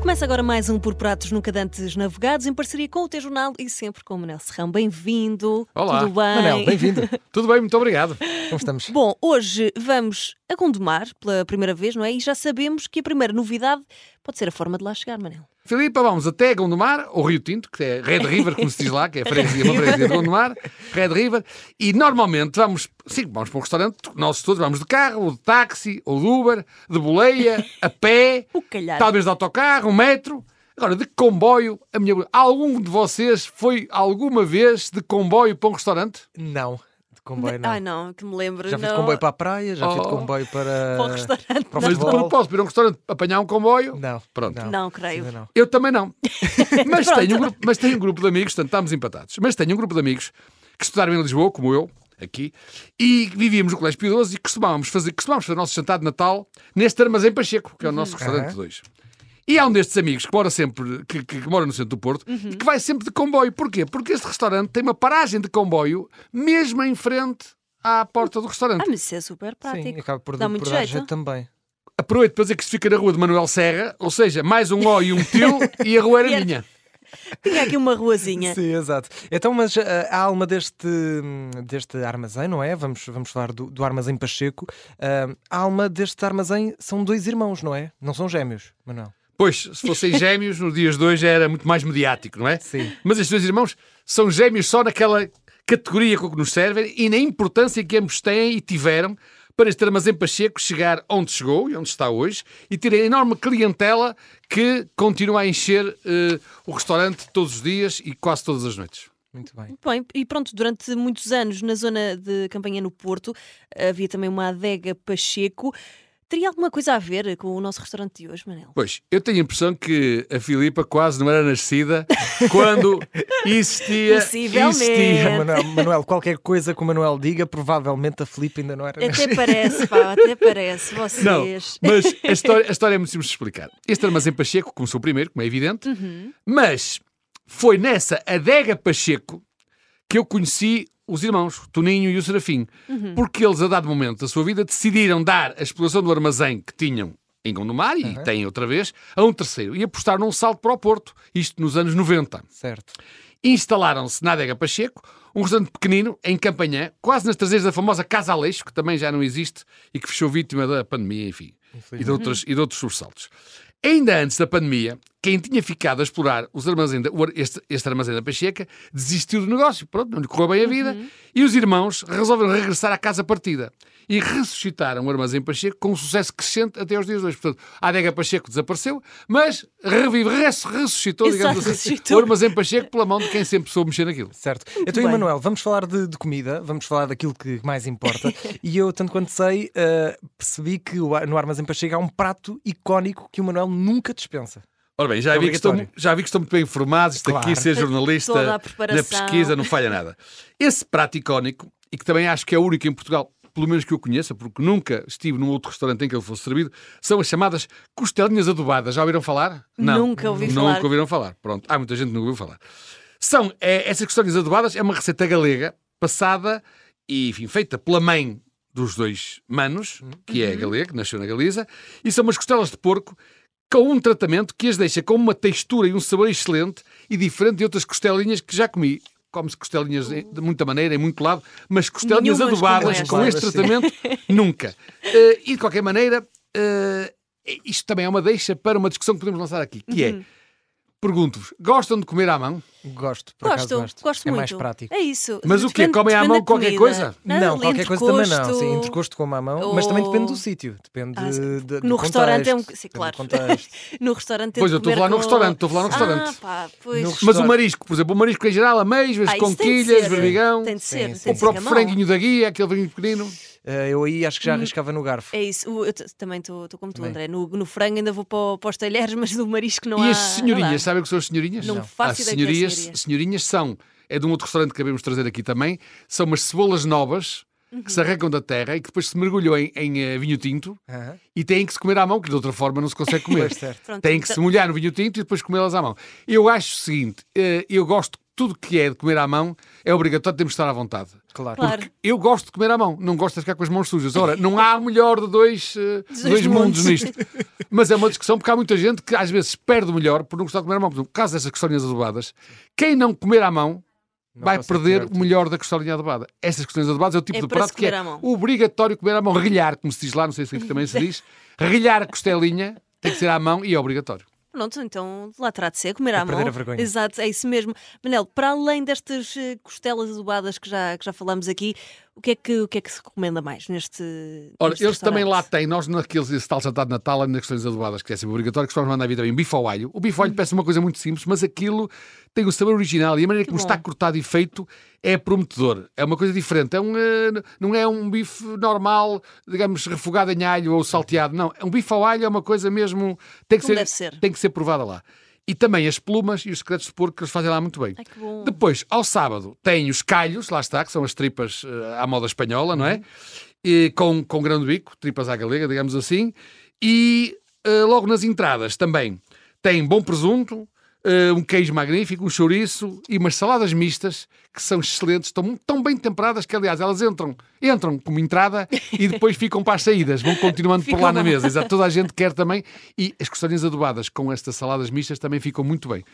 Começa agora mais um Por Pratos Nunca Dantes Navegados, em parceria com o T-Jornal e sempre com o Manel Serrão. Bem-vindo. Olá. Tudo bem? Manel, bem-vindo. Tudo bem, muito obrigado. Como estamos? Bom, hoje vamos a Gondomar pela primeira vez, não é? E já sabemos que a primeira novidade pode ser a forma de lá chegar, Manel. Filipa, vamos até Gondomar, ou Rio Tinto, que é Red River, como se diz lá, que é a freguesia, uma freguesia de Gondomar, Red River, e normalmente vamos, sim, vamos para um restaurante, nós todos vamos de carro, ou de táxi, ou de Uber, de boleia, a pé, O calhar. talvez de autocarro, um metro. Agora, de comboio, a minha... algum de vocês foi alguma vez de comboio para um restaurante? Não, de comboio não. Ai não, que me lembro. Já fui de ah, não. comboio para a praia, já fui de Oh. comboio para. Para o restaurante, para Mas o de futebol. propósito, para um restaurante, apanhar um comboio? Não. Pronto. Não, creio. ainda não. Eu também não. mas, Pronto. tenho um grupo, mas tenho um grupo de amigos, portanto, estamos empatados. Mas tenho um grupo de amigos que estudaram em Lisboa, como eu, aqui, e vivíamos no Colégio Pio XII e costumávamos fazer, costumávamos fazer o nosso jantar de Natal neste armazém Pacheco, que é o nosso Uhum. restaurante Aham. 2. E há um destes amigos que mora sempre, que, que- que mora no centro do Porto, Uhum. e que vai sempre de comboio. Porquê? Porque este restaurante tem uma paragem de comboio mesmo em frente à porta do restaurante. Ah, mas isso é super prático. Sim, acaba por, Dá por muito dar jeito. jeito. também. Aproveito para dizer que isto fica na rua de Manuel Serra, ou seja, mais um O e um til, e a rua E é era era- minha. Tinha aqui uma ruazinha. Sim, exato. Então, mas ah, a alma deste, hum, deste armazém, não é? Vamos, vamos falar do, do armazém Pacheco. Ah, a alma deste armazém são dois irmãos, não é? Não são gêmeos, Manuel. Pois, se fossem gêmeos, nos dias de hoje era muito mais mediático, não é? Sim. Mas estes dois irmãos são gêmeos só naquela categoria com que nos servem e na importância que ambos têm e tiveram para este armazém Pacheco chegar onde chegou e onde está hoje e ter a enorme clientela que continua a encher eh, o restaurante todos os dias e quase todas as noites. Muito bem. Bem, e pronto, durante muitos anos na zona de Campanha no Porto havia também uma adega Pacheco. Teria alguma coisa a ver com o nosso restaurante de hoje, Manel? Pois, eu tenho a impressão que a Filipa quase não era nascida quando existia. Possivelmente. existia- Manuel, Manuel, qualquer coisa que o Manuel diga, provavelmente a Filipe ainda não era. Até parece, pá, até parece. Não, Vocês. mas a história, a história é muito simples de explicar. Este armazém Pacheco começou primeiro, como é evidente, mas foi nessa adega Pacheco que eu conheci os irmãos, o Toninho e o Serafim, porque eles, a dado momento da sua vida, decidiram dar a exploração do armazém que tinham em Gondomar, e têm outra vez, a um terceiro, e apostaram um salto para o Porto, isto nos anos 90. Certo. Instalaram-se na Adega Pacheco, um restaurante pequenino, em Campanhã, quase nas traseiras da famosa Casa Aleixo, que também já não existe e que fechou vítima da pandemia, enfim, e de, outras, e de outros sobressaltos. Ainda antes da pandemia, quem tinha ficado a explorar os armazém da- o ar- este, este armazém da Pacheca desistiu do negócio, pronto, não lhe correu bem a vida, Uhum. e os irmãos resolveram regressar à casa partida e ressuscitaram o armazém Pacheco com um sucesso crescente até aos dias de hoje. Portanto, a Adega Pacheco desapareceu, mas revive, res- ressuscitou, Exato, digamos assim, ressuscitou. o armazém Pacheco pela mão de quem sempre soube mexer naquilo. Certo. então, bem. Emanuel, vamos falar de, de comida, vamos falar daquilo que mais importa. e eu, tanto quanto sei, eh, percebi que o ar- no Armazém Pacheco há um prato icónico que o Manuel nunca dispensa. Ora bem, já vi, que estou, Obrigatório. já vi que estou muito bem informado, isto Claro. aqui, ser Toda jornalista, a na preparação. pesquisa, não falha nada. Esse prato icónico, e que também acho que é único em Portugal, pelo menos que eu conheça, porque nunca estive num outro restaurante em que ele fosse servido, são as chamadas costelinhas adubadas. Já ouviram falar? Nunca ouvi falar. Nunca ouviram falar. Pronto, há muita gente que nunca ouviu falar. São, eh, essas costelinhas adubadas é uma receita galega, passada e, enfim, feita pela mãe dos dois manos, que é galega, que nasceu na Galiza, e são umas costelas de porco com um tratamento que as deixa com uma textura e um sabor excelente e diferente de outras costelinhas que já comi. Come-se costelinhas em- de muita maneira, em muito lado, mas costelinhas Nenhumas adubadas como com este estas. tratamento, nunca. Eh, e de qualquer maneira, eh, isto também é uma deixa para uma discussão que podemos lançar aqui, que Uhum. é, pergunto-vos, gostam de comer à mão? Gosto, por acaso Gosto, gosto. gosto é muito. mais prático. É isso. Mas o quê? Depende- Comem à depende mão da qualquer comida. coisa? Ah, não, ali qualquer coisa também não. entrecosto. Sim, entrecosto com a mão, mas também depende do sítio. Depende Ah, de, sim. de- No do restaurante é um- contexto, sim, depende do claro. contexto. No restaurante tem Pois, de eu estou a comer falar num com- restaurante, estou a falar num Ah, restaurante. pá, pois. No Mas o Gosto. marisco, por exemplo, o marisco em geral, ameijoas, Ah, isso tem de conquilhas, ser. berbigão, Tem de ser, Sim, sim. tem o de ser próprio com a mão. franguinho da guia, aquele franguinho pequenino. Eh, eu aí acho que já arriscava no garfo. É isso, O- eu t- também estou estou como tu, Também. André. No, no frango ainda vou para, o- para os talheres, mas no marisco não há. E as não dá. senhorinhas, sabem o que são as senhorinhas? Não Não. faço as ideia do que é senhorinhas, senhorinhas. senhorinhas são, é de um outro restaurante que acabamos de trazer aqui também, são umas cebolas novas que Uhum. se arrancam da terra e que depois se mergulham em, em, eh, vinho tinto É. Aham. e têm que se comer à mão, que de outra forma não se consegue comer. Pois, certo. Pronto, têm que se então- molhar no vinho tinto e depois comê-las à mão. Eu acho o seguinte, eh, eu gosto tudo que é de comer à mão é obrigatório termos de estar à vontade. Claro. Claro. Porque eu gosto de comer à mão, não gosto de ficar com as mãos sujas. Ora, não há melhor de dois, eh, Dos dois dois mundos mundos. nisto. Mas é uma discussão porque há muita gente que às vezes perde o melhor por não gostar de comer à mão. Por exemplo, no caso dessas costelinhas adubadas, quem não comer à mão Não vai consegue perder comer o melhor da costelinha adobada. Essas costelinhas adobadas é o tipo É de para prato se que é comer à mão. obrigatório comer à mão. Rilhar, como se diz lá, não sei se aqui também se diz. Rilhar a costelinha tem que ser à mão e é obrigatório. Pronto, então lá terá de ser, comer à perder mão. a vergonha. Exato, é isso mesmo. Manel, para além destas eh, costelas adubadas que já, que já falámos aqui, o que, é que, o que é que se recomenda mais neste. Ora, neste eles também lá restaurante? têm, nós naqueles esse tal jantar de Natal, nas questões adubadas, que é sempre obrigatório, que se nós mandar vir também bife ao alho. O bife ao Hum. alho parece uma coisa muito simples, mas aquilo tem o sabor original e a maneira como bom. está cortado e feito é prometedor. É uma coisa diferente. É um, eh, não é um bife normal, digamos, refogado em alho ou salteado. Não, é um bife ao alho é uma coisa mesmo... Tem que Como ser, deve ser. Tem que ser provada lá. E também as plumas e os secretos de porco que eles fazem lá muito bem. Ai, que bom. Depois, ao sábado, tem os calhos, lá está, que são as tripas eh, à moda espanhola, não é? E com, com grande bico, tripas à galega, digamos assim. E eh, logo nas entradas também tem bom presunto, eh, um queijo magnífico, um chouriço e umas saladas mistas que são excelentes, estão mu- tão bem temperadas que, aliás, elas entram, entram como entrada e depois ficam para as saídas, vão continuando por Ficam lá na lá. mesa. Exato, toda a gente quer também. E as costelinhas adubadas com estas saladas mistas também ficam muito bem.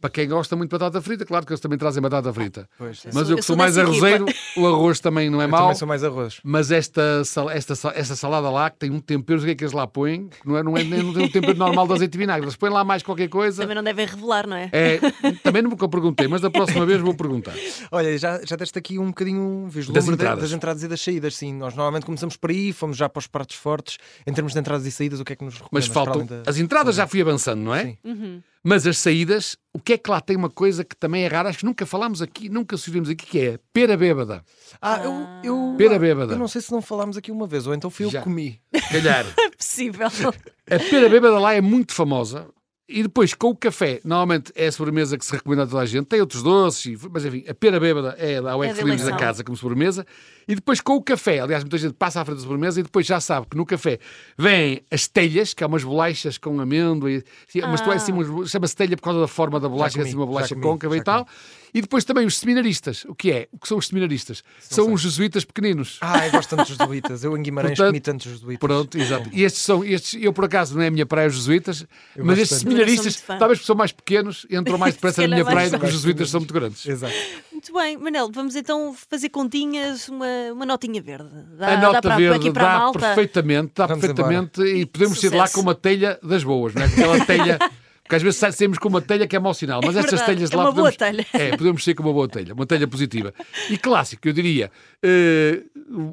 Para quem gosta muito de batata frita, claro que eles também trazem batata frita. Ah, Pois, Mas sou- eu eu que sou sou mais dessa equipa. arrozeiro, o arroz também não é Eu mau. também sou mais arroz. Mas esta, sal- esta, sal- esta salada lá, que tem um tempero, o que é que eles lá põem? Que Não é, não é, nem- não tem um tempero normal de azeite e vinagre. Eles põem lá mais qualquer coisa. Também não devem revelar, não é? É, também nunca perguntei, mas da próxima vez vou perguntar. Olha, já, já deste aqui um bocadinho um vislumbre Das de- entradas. das entradas e das saídas, sim. Nós normalmente começamos por aí, fomos já para os pratos fortes. Em termos de entradas e saídas, o que é que nos é- Mas recomendas? para faltam. além da- As entradas já fui avançando, não é? Sim. Mas as saídas, o que é que lá tem uma coisa que também é rara? Acho que nunca falámos aqui, nunca surgimos aqui, que é a pera bêbada. Ah, eu, eu, Pera ah, bêbada. eu não sei se não falámos aqui uma vez, ou então fui eu Já. que comi. Se calhar. É possível. A pera bêbada lá é muito famosa. E depois, com o café, normalmente é a sobremesa que se recomenda a toda a gente. Tem outros doces, e- mas enfim, a pera bêbada é da É UF da Livres da eleição. Casa como sobremesa. E depois, com o café, aliás, muita gente passa à frente da sobremesa e depois já sabe que no café vêm as telhas, que há umas bolachas com amêndoa, e, assim, mas tu é Ah. assim, umas- chama-se telha por causa da forma da bolacha, comi, que é assim uma já bolacha comi, côncava e já tal. E depois também os seminaristas. O que é? O que são os seminaristas? São uns jesuítas pequeninos. Ah, eu gosto tanto dos jesuítas. Eu em Guimarães Portanto, comi tantos jesuítas. Pronto, exato. E estes são, estes, eu por acaso não é a minha praia os jesuítas, mas gosto estes Eu não tanto. seminaristas, sou muito fã. talvez porque são mais pequenos, entram mais depressa na Se minha calhar mais praia do que os são. jesuítas são muito grandes. Exato. Muito bem, Manel, vamos então fazer continhas, uma, uma notinha verde. Dá, a dá nota para, verde aqui para a dá malta. perfeitamente, dá Vamos perfeitamente, e podemos ser lá Sucesso. com uma telha das boas, não é? Com Aquela telha. Porque às vezes sa- saímos com uma telha que é mau sinal, mas É estas verdade, telhas é lá. uma boa podemos, telha. É, podemos ser com uma boa telha, uma telha positiva. E clássico, eu diria, eh,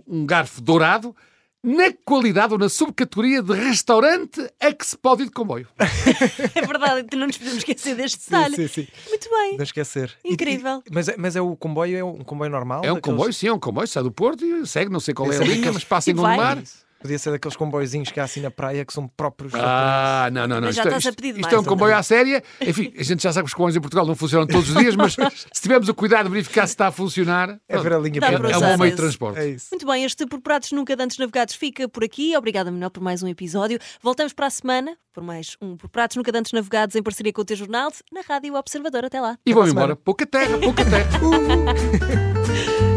um garfo dourado, na qualidade ou na subcategoria de restaurante a que se pode ir de comboio. É verdade, não nos podemos esquecer deste detalhe. Sim, sim, sim. Muito bem. Não esquecer. E- Incrível. e- mas, é- mas é o comboio, é um comboio normal? É um daqueles- comboio, sim, é um comboio, sai do Porto e segue, não sei qual é a Esse é linha, aquele- mas passa em E algum vai. mar. Podia ser daqueles comboiozinhos que há assim na praia que são próprios. Ah, não, não, não. Mas já isto, é- estás a isto- pedir isto é um demais, comboio à séria. Enfim, a gente já sabe que os comboios em Portugal não funcionam todos os dias, mas se tivermos o cuidado de verificar se está a funcionar, É ver a linha Dá é, para é um usar bom meio de esse. transporte. É isso. Muito bem, este Por Pratos Nunca de Antes Navegados fica por aqui. Obrigada, Manuel, por mais um episódio. Voltamos para a semana por mais um Por Pratos Nunca de Antes Navegados em parceria com o T-Jornal na Rádio Observador. Até lá. E vão embora. Pouca terra, pouca terra. Uh.